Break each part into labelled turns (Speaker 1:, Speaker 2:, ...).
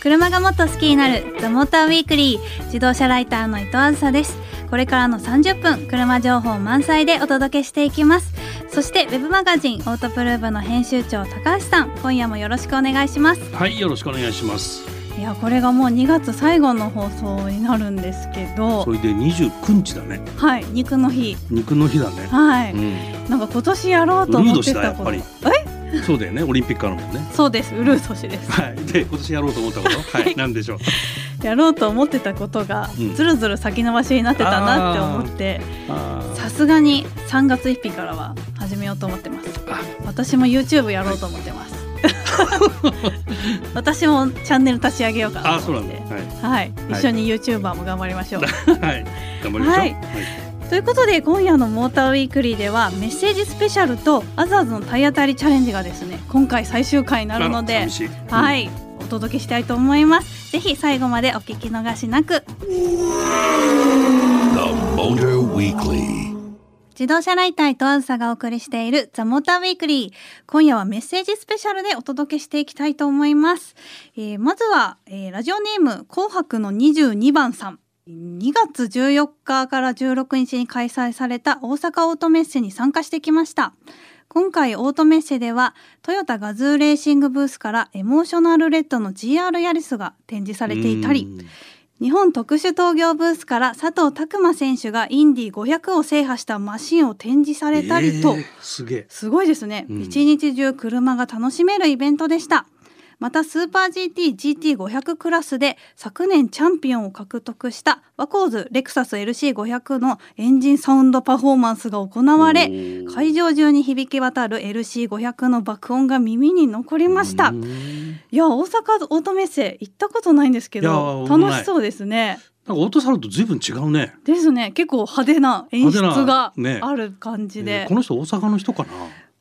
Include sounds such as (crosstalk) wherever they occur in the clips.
Speaker 1: 車がもっと好きになるザモーターウィークリー自動車ライターの伊藤あずさですこれからの30分車情報満載でお届けしていきますそしてウェブマガジンオートプルーブの編集長高橋さん今夜もよろしくお願いします
Speaker 2: はい、よろしくお願いします。
Speaker 1: いやこれがもう2月最後の放送になるんですけど
Speaker 2: それで二十九日だね。
Speaker 1: はい肉の日
Speaker 2: 肉の日だね。
Speaker 1: はい、
Speaker 2: うん、
Speaker 1: なんか今年やろうと思ってたこと
Speaker 2: うるう年
Speaker 1: え
Speaker 2: そうだよね。オリンピックあるもんね。
Speaker 1: そうですうるう年です
Speaker 2: はい。で、今年やろうと思ったこと、はい、なんでしょう。
Speaker 1: やろうと思ってたことが
Speaker 2: うん
Speaker 1: ずるずる先延ばしになってたなって思って
Speaker 2: あー
Speaker 1: さすがに3月1日からは始めようと思ってます
Speaker 2: あ
Speaker 1: 私も YouTube やろうと思って
Speaker 2: (laughs)
Speaker 1: ます、私もチャンネル立ち上げようか
Speaker 2: あ
Speaker 1: な
Speaker 2: ー、
Speaker 1: と
Speaker 2: そうな
Speaker 1: 思っ
Speaker 2: んだ。
Speaker 1: て (laughs)
Speaker 2: は
Speaker 1: はい、
Speaker 2: はい
Speaker 1: 一緒に YouTuber も頑張りましょう (laughs)
Speaker 2: い。はい。頑張りましょう。
Speaker 1: は
Speaker 2: はいい。
Speaker 1: ということで今夜の「モーターウィークリー」ではメッセージスペシャルとアザーズの体当たりチャレンジがですね今回最終回になるの
Speaker 2: あ
Speaker 1: で
Speaker 2: 寂しい。。
Speaker 1: はいい、お届けしたいと思いますぜひ最後までお聞き逃しなく
Speaker 3: The Motor Weekly.
Speaker 1: 自動車ライター伊藤あずさがお送りしているザ・モーターウィークリー今夜はメッセージスペシャルでお届けしていきたいと思います、えーまずは、えーラジオネーム紅白の22番さん2月14日から16日に開催された大阪オートメッセに参加してきました今回オートメッセではトヨタガズーレーシングブースからエモーショナルレッドの GR ヤリスが展示されていたり
Speaker 2: うん。
Speaker 1: 日本特殊陶業ブースから佐藤拓磨選手がインディ500を制覇したマシンを展示されたり
Speaker 2: え
Speaker 1: と、
Speaker 2: ーすげえ。
Speaker 1: すごいですね、
Speaker 2: うん
Speaker 1: 一日中車が楽しめるイベントでしたまたスーパー GTGT500 クラスで昨年チャンピオンを獲得したワコーズレクサス LC500 のエンジンサウンドパフォーマンスが行わ
Speaker 2: お
Speaker 1: れ
Speaker 2: ー
Speaker 1: 会場中に響き渡る LC500 の爆音が耳に残りました、
Speaker 2: うん
Speaker 1: い
Speaker 2: なんか
Speaker 1: や大阪オートメッセ行ったことないんですけど
Speaker 2: いやー
Speaker 1: 楽しそうですね
Speaker 2: オートサロンと随分違うね。
Speaker 1: ですね結構派手な演出が
Speaker 2: 派手なね
Speaker 1: ある感じで、
Speaker 2: えーこの人大阪の人かな。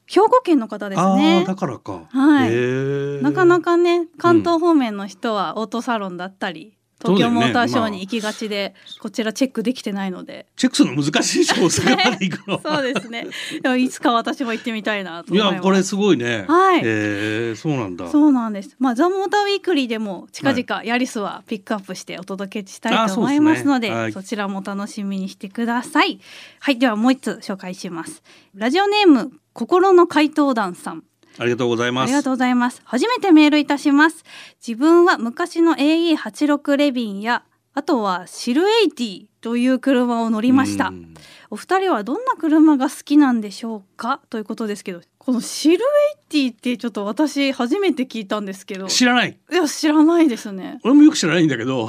Speaker 1: 兵庫県の方です
Speaker 2: ああ、
Speaker 1: ね
Speaker 2: だからか。
Speaker 1: はい
Speaker 2: えー
Speaker 1: なかな。かね関東方面の人はオートサロンだったり、東京モーターショーに行きがちで、こちらチェックできてないので
Speaker 2: チェックするの難しいでしょ。大阪まで行くの。
Speaker 1: (laughs) そうですねでもいつか私も行ってみたいなと
Speaker 2: い
Speaker 1: 思います
Speaker 2: やこれすごいね。
Speaker 1: はい
Speaker 2: えーそうなんだ。
Speaker 1: そうなんですまあザ・モーターウィークリーでも近々ヤリスはピックアップしてお届けしたいと思いますの
Speaker 2: あそうです
Speaker 1: で,、
Speaker 2: ねはい
Speaker 1: そちらも楽しみにしてくださいはいではもう一つ紹介しますラジオネーム心の怪盗団さん
Speaker 2: ありがとうござい
Speaker 1: あ
Speaker 2: ます。
Speaker 1: りがとうございます。初めてメールいたします。自分は昔の AE86 レビンや、あとはシルエイティという車を乗りました
Speaker 2: う。ん
Speaker 1: お二人はどんな車が好きなんでしょうかということですけど、このシルエイティってちょっと私初めて聞いたんですけど、
Speaker 2: 知らない。
Speaker 1: いや知らないですね。
Speaker 2: 俺もよく知らないんだけ
Speaker 1: (laughs)
Speaker 2: ど。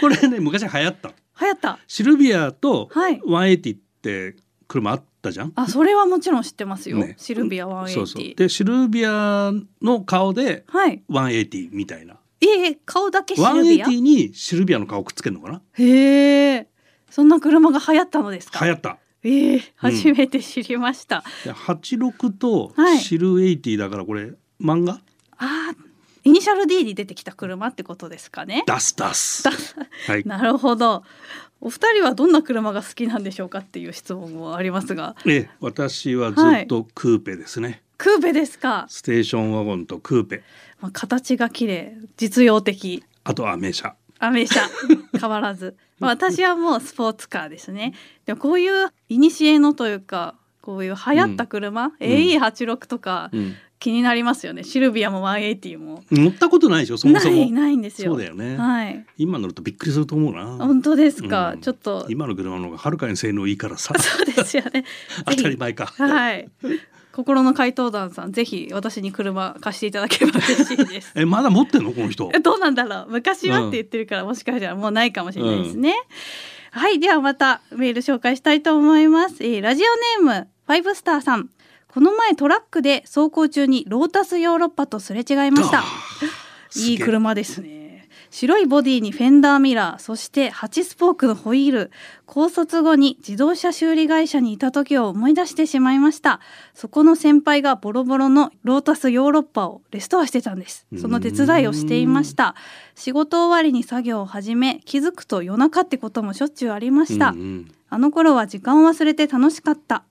Speaker 2: これね昔流行った。
Speaker 1: 流行った。
Speaker 2: シルビアと
Speaker 1: はい。
Speaker 2: 180って車あったじゃん。
Speaker 1: あ、それはもちろん知ってますよ。
Speaker 2: ね
Speaker 1: シルビア180。
Speaker 2: そうそう。でシルビアの顔で
Speaker 1: はい。
Speaker 2: 180みたいな。
Speaker 1: ええ顔だけシルビア。
Speaker 2: 180にシルビアの顔くっつけるのかな。
Speaker 1: へえ。そんな車が流行ったのですか。
Speaker 2: 流行った。
Speaker 1: ええ初めて知りました。
Speaker 2: で86と
Speaker 1: はい
Speaker 2: シル80だからこれ漫画。
Speaker 1: ああ、イニシャル D に出てきた車ってことですかね。
Speaker 2: 出す出す。はい。
Speaker 1: なるほど。お二人はどんな車が好きなんでしょうかっていう質問もありますが、
Speaker 2: ええ、私はずっとクーペですね、
Speaker 1: クーペですか。
Speaker 2: ステーションワゴンとクーペ
Speaker 1: まあ、形が綺麗、実用的、
Speaker 2: あとは名車
Speaker 1: ア
Speaker 2: (laughs)
Speaker 1: メ車変わらず。まあ私はもうスポーツカーですね。でもこういうイニシエのというか、こういう流行った車、AE86 とか気になりますよね。シルビアも180も。
Speaker 2: 乗ったことないでしょそもそ
Speaker 1: ない
Speaker 2: も
Speaker 1: ないんです
Speaker 2: そ
Speaker 1: よ。
Speaker 2: うだよね、
Speaker 1: はい。
Speaker 2: 今乗るとびっくりすると思うな
Speaker 1: 本当ですか。
Speaker 2: うん
Speaker 1: ちょっと
Speaker 2: 今の車の方がはるかに性能いいからさ
Speaker 1: そうで
Speaker 2: (laughs)
Speaker 1: すよね。
Speaker 2: 当たり前か、。
Speaker 1: はい。心の怪盗団さん、ぜひ私に車貸していただければ嬉しいです
Speaker 2: (laughs) えまだ持ってんのこの人
Speaker 1: えどうなんだろう。昔は
Speaker 2: うん
Speaker 1: って言ってるから、もしかしたらもうないかもしれないですね。はい、ではまたメール紹介したいと思います。えーラジオネームファイブスターさん。この前トラックで走行中にロータスヨーロッパとすれ違いました
Speaker 2: あ。ー
Speaker 1: いい車ですね。白いボディにフェンダーミラー、そして8スポークのホイール。高卒後に自動車修理会社にいた時を思い出してしまいました。そこの先輩がボロボロのロータスヨーロッパをレストアしてたんです。その手伝いをしていました。仕事終わりに作業を始め、気づくと夜中ってこともしょっちゅうありまし
Speaker 2: すげえ
Speaker 1: た
Speaker 2: うんう。ん
Speaker 1: あの頃は時間を忘れて楽しかった。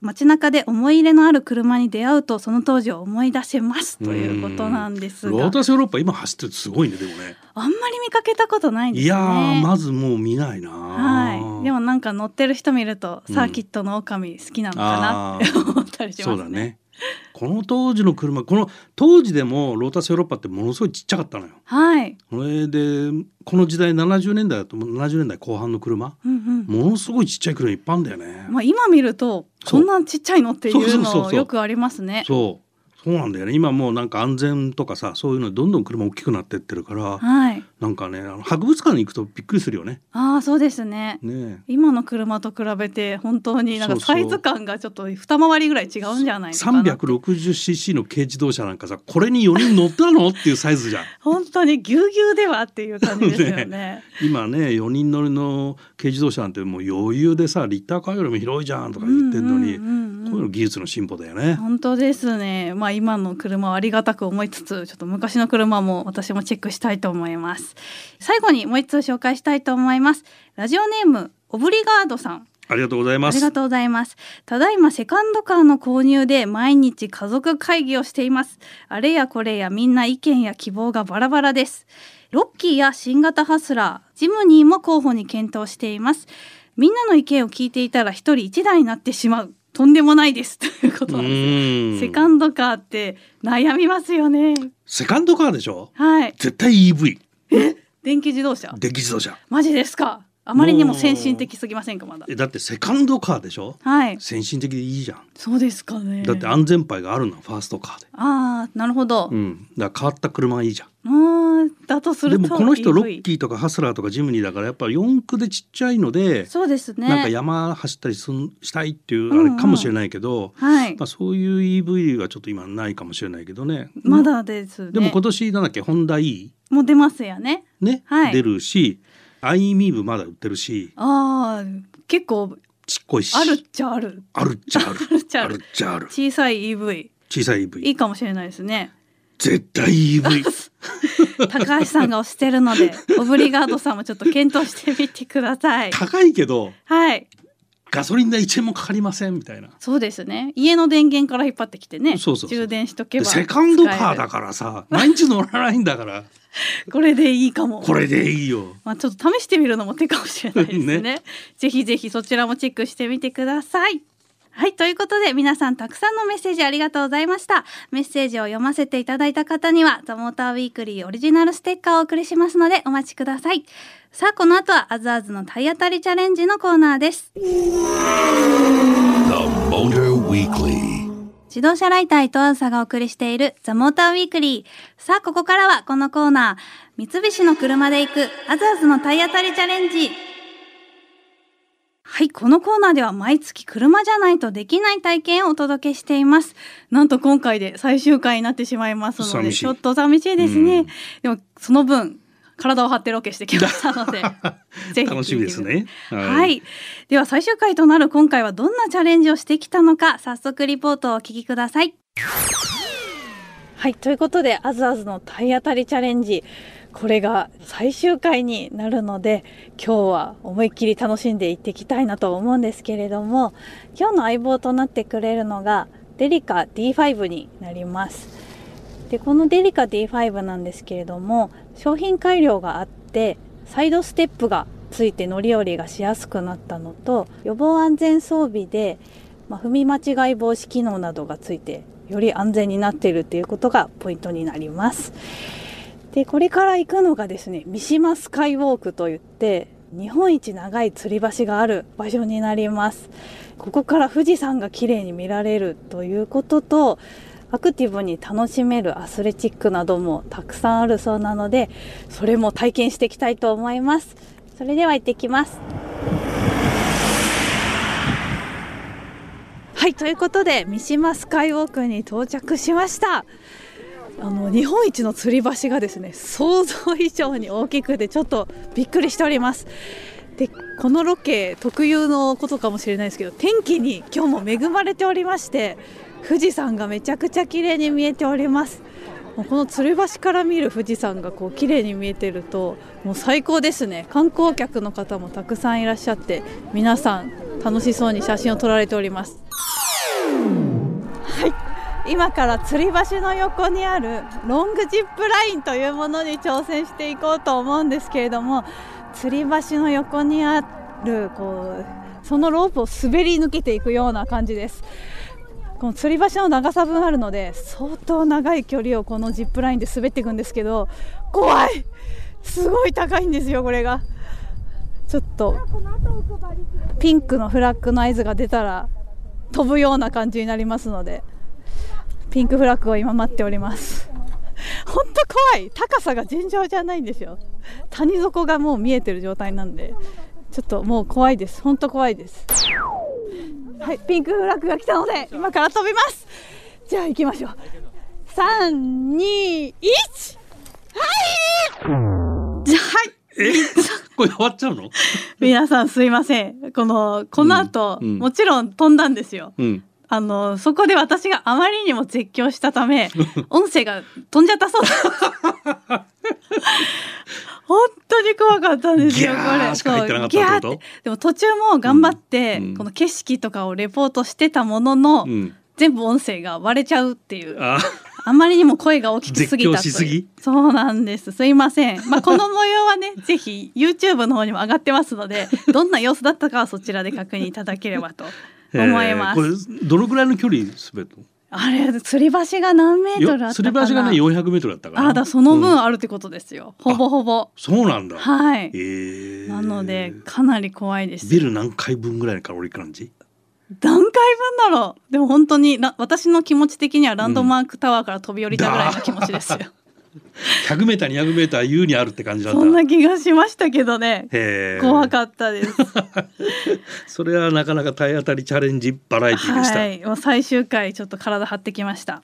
Speaker 1: 街中で思い入れのある車に出会うとその当時を思い出せますということなんです
Speaker 2: ロー
Speaker 1: が
Speaker 2: タスヨーロッパ今走ってるってすごいねでもね
Speaker 1: あんまり見かけたことないんですね。
Speaker 2: いやーまずもう見ないな
Speaker 1: はい、でもなんか乗ってる人見ると
Speaker 2: うん
Speaker 1: サーキットの狼好きなのかなって
Speaker 2: あー
Speaker 1: 思ったりします、
Speaker 2: そうだねこの当時の車この当時でもロータスヨーロッパってものすごいちっちゃかったのよ
Speaker 1: はい、
Speaker 2: それでこの時代70年代だと70年代後半の車
Speaker 1: うん
Speaker 2: ものすごいちっちゃい車いっぱいあんだよね
Speaker 1: うん。まあ今見るとこ
Speaker 2: そうん
Speaker 1: なちっちゃいのってい
Speaker 2: そううそうそう
Speaker 1: の
Speaker 2: そう
Speaker 1: よくありますね。
Speaker 2: そうそうなんだよね今もうなんか安全とかさそういうのどんどん車大きくなってってるから
Speaker 1: はい、
Speaker 2: なんかねあの博物館に行くとびっくりするよね。
Speaker 1: ああそうですね。
Speaker 2: ね
Speaker 1: 今の車と比べて本当になんか
Speaker 2: そうそう
Speaker 1: サイズ感がちょっと二回りぐらい違うんじゃないのかなって。
Speaker 2: 360cc の軽自動車なんかさこれに4人乗ったのっていうサイズじゃん。
Speaker 1: 本当にぎゅうぎゅうではっていう感じですよね。
Speaker 2: 今 (laughs) ね4人乗りの軽自動車なんてもう余裕でさリッターカーよりも広いじゃんとか言ってんのに、
Speaker 1: うんうんうんうん
Speaker 2: こういうの技術の進歩だよ (laughs) ね。
Speaker 1: 本当ですね。まあ今の車をありがたく思いつつ、ちょっと昔の車も私もチェックしたいと思います。最後にもう一通紹介したいと思います。ラジオネームオブリガードさん。
Speaker 2: ありがとうござい
Speaker 1: あ
Speaker 2: ま
Speaker 1: り
Speaker 2: す。
Speaker 1: がとうございます。ただいまセカンドカーの購入で毎日家族会議をしています。あれやこれやみんな意見や希望がバラバラです。ロッキーや新型ハスラー、ジムニーも候補に検討しています。みんなの意見を聞いていたら一人一台になってしまう。とんでもないです。というこ
Speaker 2: う
Speaker 1: となんです。
Speaker 2: ん
Speaker 1: セカンドカーって悩みますよね。
Speaker 2: セカンドカーでしょ
Speaker 1: はい。
Speaker 2: 絶対 EV
Speaker 1: 電気自動車。
Speaker 2: 電気自動車
Speaker 1: マジですか。あまりにも先進的すぎませんかまだ。
Speaker 2: えだってセカンドカーでしょ
Speaker 1: はい。
Speaker 2: 先進的でいいじゃん
Speaker 1: そうですかね。
Speaker 2: だって
Speaker 1: あ
Speaker 2: 安全牌があるのはファーストカーで、
Speaker 1: あーなるほど。
Speaker 2: うん、だから変わった車がいいじゃん
Speaker 1: ああだとす
Speaker 2: で
Speaker 1: ると。
Speaker 2: もこの人
Speaker 1: EV
Speaker 2: ロッキーとかハスラーとかジムニーだからやっぱ四駆でちっちゃいので、
Speaker 1: そうですね。
Speaker 2: なんか山走ったりすんしたいっていうあれかもしれないけど、
Speaker 1: はい
Speaker 2: ま。あ、そういう EV はちょっと今ないかもしれないけどね
Speaker 1: まだですね。
Speaker 2: でも今年なんだっけホンダ E
Speaker 1: もう出ますよね。
Speaker 2: ね、
Speaker 1: はい
Speaker 2: 出るし iMIV まだ売ってるし
Speaker 1: ああ結構
Speaker 2: ちっこいし
Speaker 1: あるっちゃある。
Speaker 2: あるっちゃある
Speaker 1: (laughs) あるっちゃあ
Speaker 2: あ
Speaker 1: る
Speaker 2: るっちゃある
Speaker 1: 小さい EV
Speaker 2: 小さい EV
Speaker 1: いいかもしれないですね。
Speaker 2: 絶対
Speaker 1: (laughs)
Speaker 2: EV
Speaker 1: 高橋さんが推してるの
Speaker 2: (laughs)
Speaker 1: でオブリガードさんもちょっと検討してみてください。
Speaker 2: 高いけど
Speaker 1: はい
Speaker 2: ガソリン代1円もかかりませんみたいな。
Speaker 1: そうですね家の電源から引っ張ってきてね
Speaker 2: そうそうそう
Speaker 1: 充電しとけ
Speaker 2: で
Speaker 1: ば
Speaker 2: セカンドカーだ
Speaker 1: 使
Speaker 2: からさ毎日乗らないんだから
Speaker 1: えるこれでいいかも
Speaker 2: これでいいよ。
Speaker 1: まあ、ちょっと試してみるのも手かもしれないですね
Speaker 2: (laughs) ね
Speaker 1: ぜひぜひそちらもチェックしてみてくださいはいということで皆さんたくさんのメッセージありがとうございましたメッセージを読ませていただいた方には「ザ・モーター・ウィークリー」オリジナルステッカーをお送りしますのでお待ちくださいさあこの後はアズアズの体当たりチャレンジのコーナーです
Speaker 3: The Motor Weekly.
Speaker 1: 自動車ライター伊藤あずさがお送りしているザ・モーターウィークリー。さあ、ここからはこのコーナー、三菱の車で行くアズアズの体当たりチャレンジ。はい、このコーナーでは毎月車じゃないとできない体験をお届けしています。なんと今回で最終回になってしまいますので、
Speaker 2: 寂しい
Speaker 1: ちょっと寂しいですね。
Speaker 2: うん
Speaker 1: でも、その分、体を張ってロケしてきまし
Speaker 2: (laughs)
Speaker 1: たので、ぜひ聞いてください
Speaker 2: 楽しみですね。
Speaker 1: はい、では最終回となる今回はどんなチャレンジをしてきたのか早速リポートをお聞きくださいはいということであずあずの体当たりチャレンジこれが最終回になるので今日は思いっきり楽しんでいっていきたいなと思うんですけれども今日の相棒となってくれるのがデリカ D5 になりますでこのデリカ D5 なんですけれども商品改良があってサイドステップがついて乗り降りがしやすくなったのと予防安全装備で、まあ、踏み間違い防止機能などがついてより安全になっているということがポイントになります。でこれから行くのがですね三島スカイウォークといって日本一長い吊り橋がある場所になりますここから富士山が綺麗に見られるということとアクティブに楽しめるアスレチックなどもたくさんあるそうなのでそれも体験していきたいと思いますそれでは行ってきますはいということで三島スカイウォークに到着しましたあの日本一の吊り橋がですね想像以上に大きくてちょっとびっくりしておりますでこのロケ特有のことかもしれないですけど天気に今日も恵まれておりまして富士山がめちゃくちゃ綺麗に見えておりますもうこの吊り橋から見る富士山がこう綺麗に見えてるともう最高ですね観光客の方もたくさんいらっしゃって皆さん楽しそうに写真を撮られておりますはい今から吊り橋の横にあるロングジップラインというものに挑戦していこうと思うんですけれども吊り橋の横にあるこうそのロープを滑り抜けていくような感じですこの吊り橋の長さ分あるので相当長い距離をこのジップラインで滑っていくんですけど怖いすごい高いんですよこれがちょっとピンクのフラッグの合図が出たら飛ぶような感じになりますのでピンクフラッグを今待っております (laughs) 本当怖い高さが尋常じゃないんですよ谷底がもう見えてる状態なんでちょっともう怖いです本当怖いですはいピンクフラッグが来たので今から飛びますじゃあ行きましょう321はいじゃはい
Speaker 2: え (laughs) これ終わっちゃうの
Speaker 1: 皆さんすいませんこのこの後、
Speaker 2: うんうん
Speaker 1: もちろん飛んだんですよ
Speaker 2: うん。
Speaker 1: あのそこで私があまりにも絶叫した
Speaker 2: (laughs)
Speaker 1: ため音声が飛んじゃったそうです本当に怖かったんですよ
Speaker 2: ギ
Speaker 1: こ
Speaker 2: ャー
Speaker 1: れ
Speaker 2: しか入ってなかった
Speaker 1: そうギャー
Speaker 2: ってこと
Speaker 1: でも途中も頑張って、
Speaker 2: うんうん
Speaker 1: この景色とかをレポートしてたものの、
Speaker 2: うん。
Speaker 1: 全部音声が割れちゃうっていう
Speaker 2: あ、
Speaker 1: あまりにも声が大きくすぎたという
Speaker 2: 絶叫しすぎ
Speaker 1: そうなんですすいません、まあ、この模様はね
Speaker 2: (laughs)
Speaker 1: ぜひ YouTube の方にも上がってますのでどんな様子だったかはそちらで確認いただければと
Speaker 2: えー
Speaker 1: 思います、
Speaker 2: これどのぐらいの距離滑るの？
Speaker 1: あれ吊り橋が何メートルあった
Speaker 2: す
Speaker 1: か
Speaker 2: り
Speaker 1: な
Speaker 2: 橋がね400メートルだったから。
Speaker 1: あだその
Speaker 2: うん
Speaker 1: 分あるってことですよ、ほぼほぼ
Speaker 2: そうなんだ。
Speaker 1: はい、
Speaker 2: えー
Speaker 1: なのでかなり怖いです
Speaker 2: ビル何回分ぐらいから俺感じ？
Speaker 1: 何回分だろうでも本当にラ私の気持ち的にはランドマークタワーから飛び降りたぐらいの気持ちですよ、
Speaker 2: 100メーター200メーター優にあるって感じなんだ。
Speaker 1: そんな気がしましたけどね
Speaker 2: へー
Speaker 1: 怖かったです
Speaker 2: それはなかなか体当たりチャレンジバラエティでした。
Speaker 1: はい、もう最終回ちょっと体張ってきました。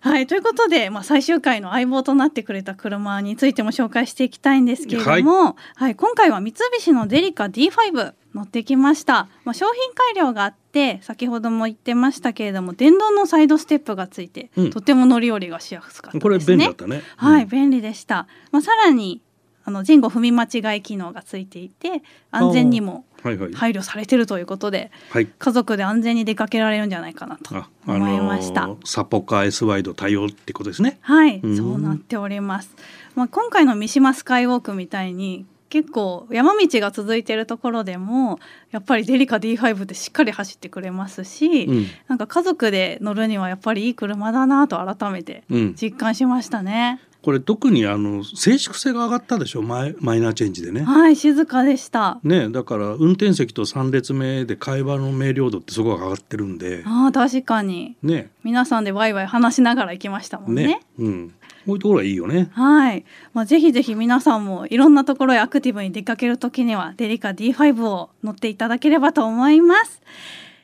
Speaker 1: はい、ということで、まあ、最終回の相棒となってくれた車についても紹介していきたいんですけれども、はい今回は三菱のデリカ D5 乗ってきました、まあ、商品改良があって先ほども言ってましたけれども電動のサイドステップがついて、
Speaker 2: うん
Speaker 1: とても乗り降りがしやすかったですね。
Speaker 2: これ便利だったね。
Speaker 1: は
Speaker 2: う
Speaker 1: い、
Speaker 2: ん
Speaker 1: 便利でした。まあ、さらにあの前後踏み間違い機能がついていて安全にも
Speaker 2: はいはい
Speaker 1: 配慮されてるということで、
Speaker 2: はい。
Speaker 1: 家族で安全に出かけられるんじゃないかなと
Speaker 2: あ、あ
Speaker 1: 思いました。
Speaker 2: のーサポカ S ワイド対応ってことですね。
Speaker 1: はい、
Speaker 2: うん
Speaker 1: そうなっております。まあ、今回の三島スカイウォークみたいに結構山道が続いてるところでもやっぱりデリカ D5 でしっかり走ってくれますし、
Speaker 2: うん
Speaker 1: なんか家族で乗るにはやっぱりいい車だなと改めて
Speaker 2: うん。
Speaker 1: 実感しましたね。
Speaker 2: これ特にあの静粛性が上がったでしょ。マイマイナーチェンジでね。
Speaker 1: はい、静かでした。
Speaker 2: ね、だから運転席と3列目で会話の明瞭度ってそこが上がってるんで、
Speaker 1: ああ、確かに
Speaker 2: ね
Speaker 1: 皆さんでワイワイ話しながら行きましたもん
Speaker 2: ね
Speaker 1: ね
Speaker 2: うん、こういうところはいいよね。
Speaker 1: はい、まあ、ぜひぜひ皆さんもいろんなところへアクティブに出かけるときにはデリカ D5 を乗っていただければと思います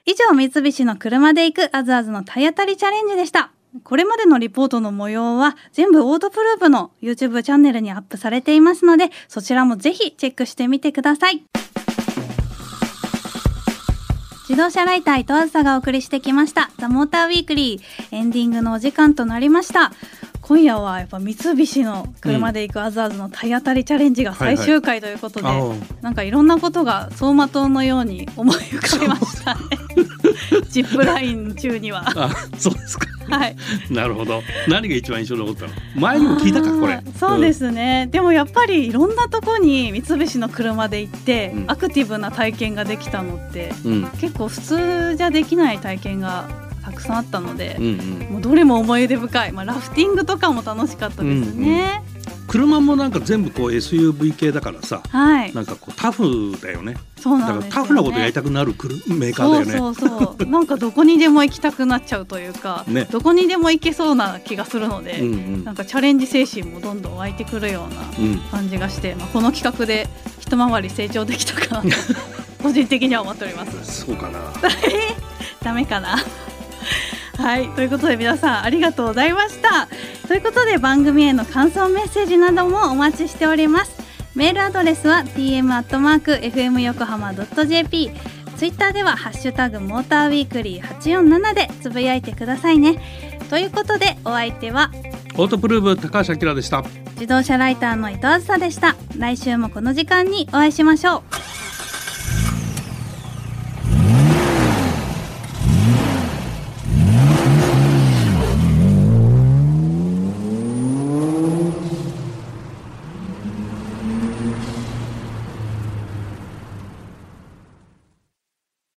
Speaker 1: 以上三菱の車で行くアズアズの体当たりチャレンジでしたこれまでのリポートの模様は全部オートプループの YouTube チャンネルにアップされていますのでそちらもぜひチェックしてみてください自動車ライター伊藤梓がお送りしてきました「ザ・モーターウィークリー」エンディングのお時間となりました今夜はやっぱ三菱の車で行くアズアズの体当たりチャレンジが最終回ということで、
Speaker 2: はいはいあ
Speaker 1: なんかいろんなことが走馬灯のように思い浮かびましたねジップライン中には
Speaker 2: あ、そうですか。 (laughs)
Speaker 1: はい
Speaker 2: なるほど。何が一番印象に残ったの？前にも聞いたかこ
Speaker 1: あ
Speaker 2: れ
Speaker 1: ー。そうですね、でもやっぱりいろんなとこに三菱の車で行って、
Speaker 2: うん
Speaker 1: アクティブな体験ができたのって
Speaker 2: うん。うん
Speaker 1: 結構普通じゃできない体験がたくさんあったので
Speaker 2: うんう、ん、
Speaker 1: もうどれも思い出深い、まあ、ラフティングとかも楽しかったですね、
Speaker 2: 車もなんか全部こう SUV 系だからさ
Speaker 1: はい
Speaker 2: なんかこうタフだよね
Speaker 1: そう
Speaker 2: だか
Speaker 1: なん
Speaker 2: ら
Speaker 1: ですよ、ね、
Speaker 2: タフなことやりたくなるくるメーカーだよね
Speaker 1: そうそうそうなんかどこにでも行きたくなっちゃうというか、
Speaker 2: ね
Speaker 1: どこにでも行けそうな気がするので、
Speaker 2: うん
Speaker 1: なんかチャレンジ精神もどんどん湧いてくるような
Speaker 2: うんうん
Speaker 1: 感じがして、まあ、この企画で一回り成長できた
Speaker 2: (laughs)
Speaker 1: かなと個人的には思っております。
Speaker 2: そうかな
Speaker 1: ダメかな (laughs) はいということで皆さんありがとうございましたということで番組への感想メッセージなどもお待ちしておりますメールアドレスは tm.fmyokohama.jp ツイッターではハッシュタグモーターウィークリー847でつぶやいてくださいねということでお相手は
Speaker 2: オートプルーブ高橋明でした
Speaker 1: 自動車ライターの伊藤梓でした来週もこの時間にお会いしましょう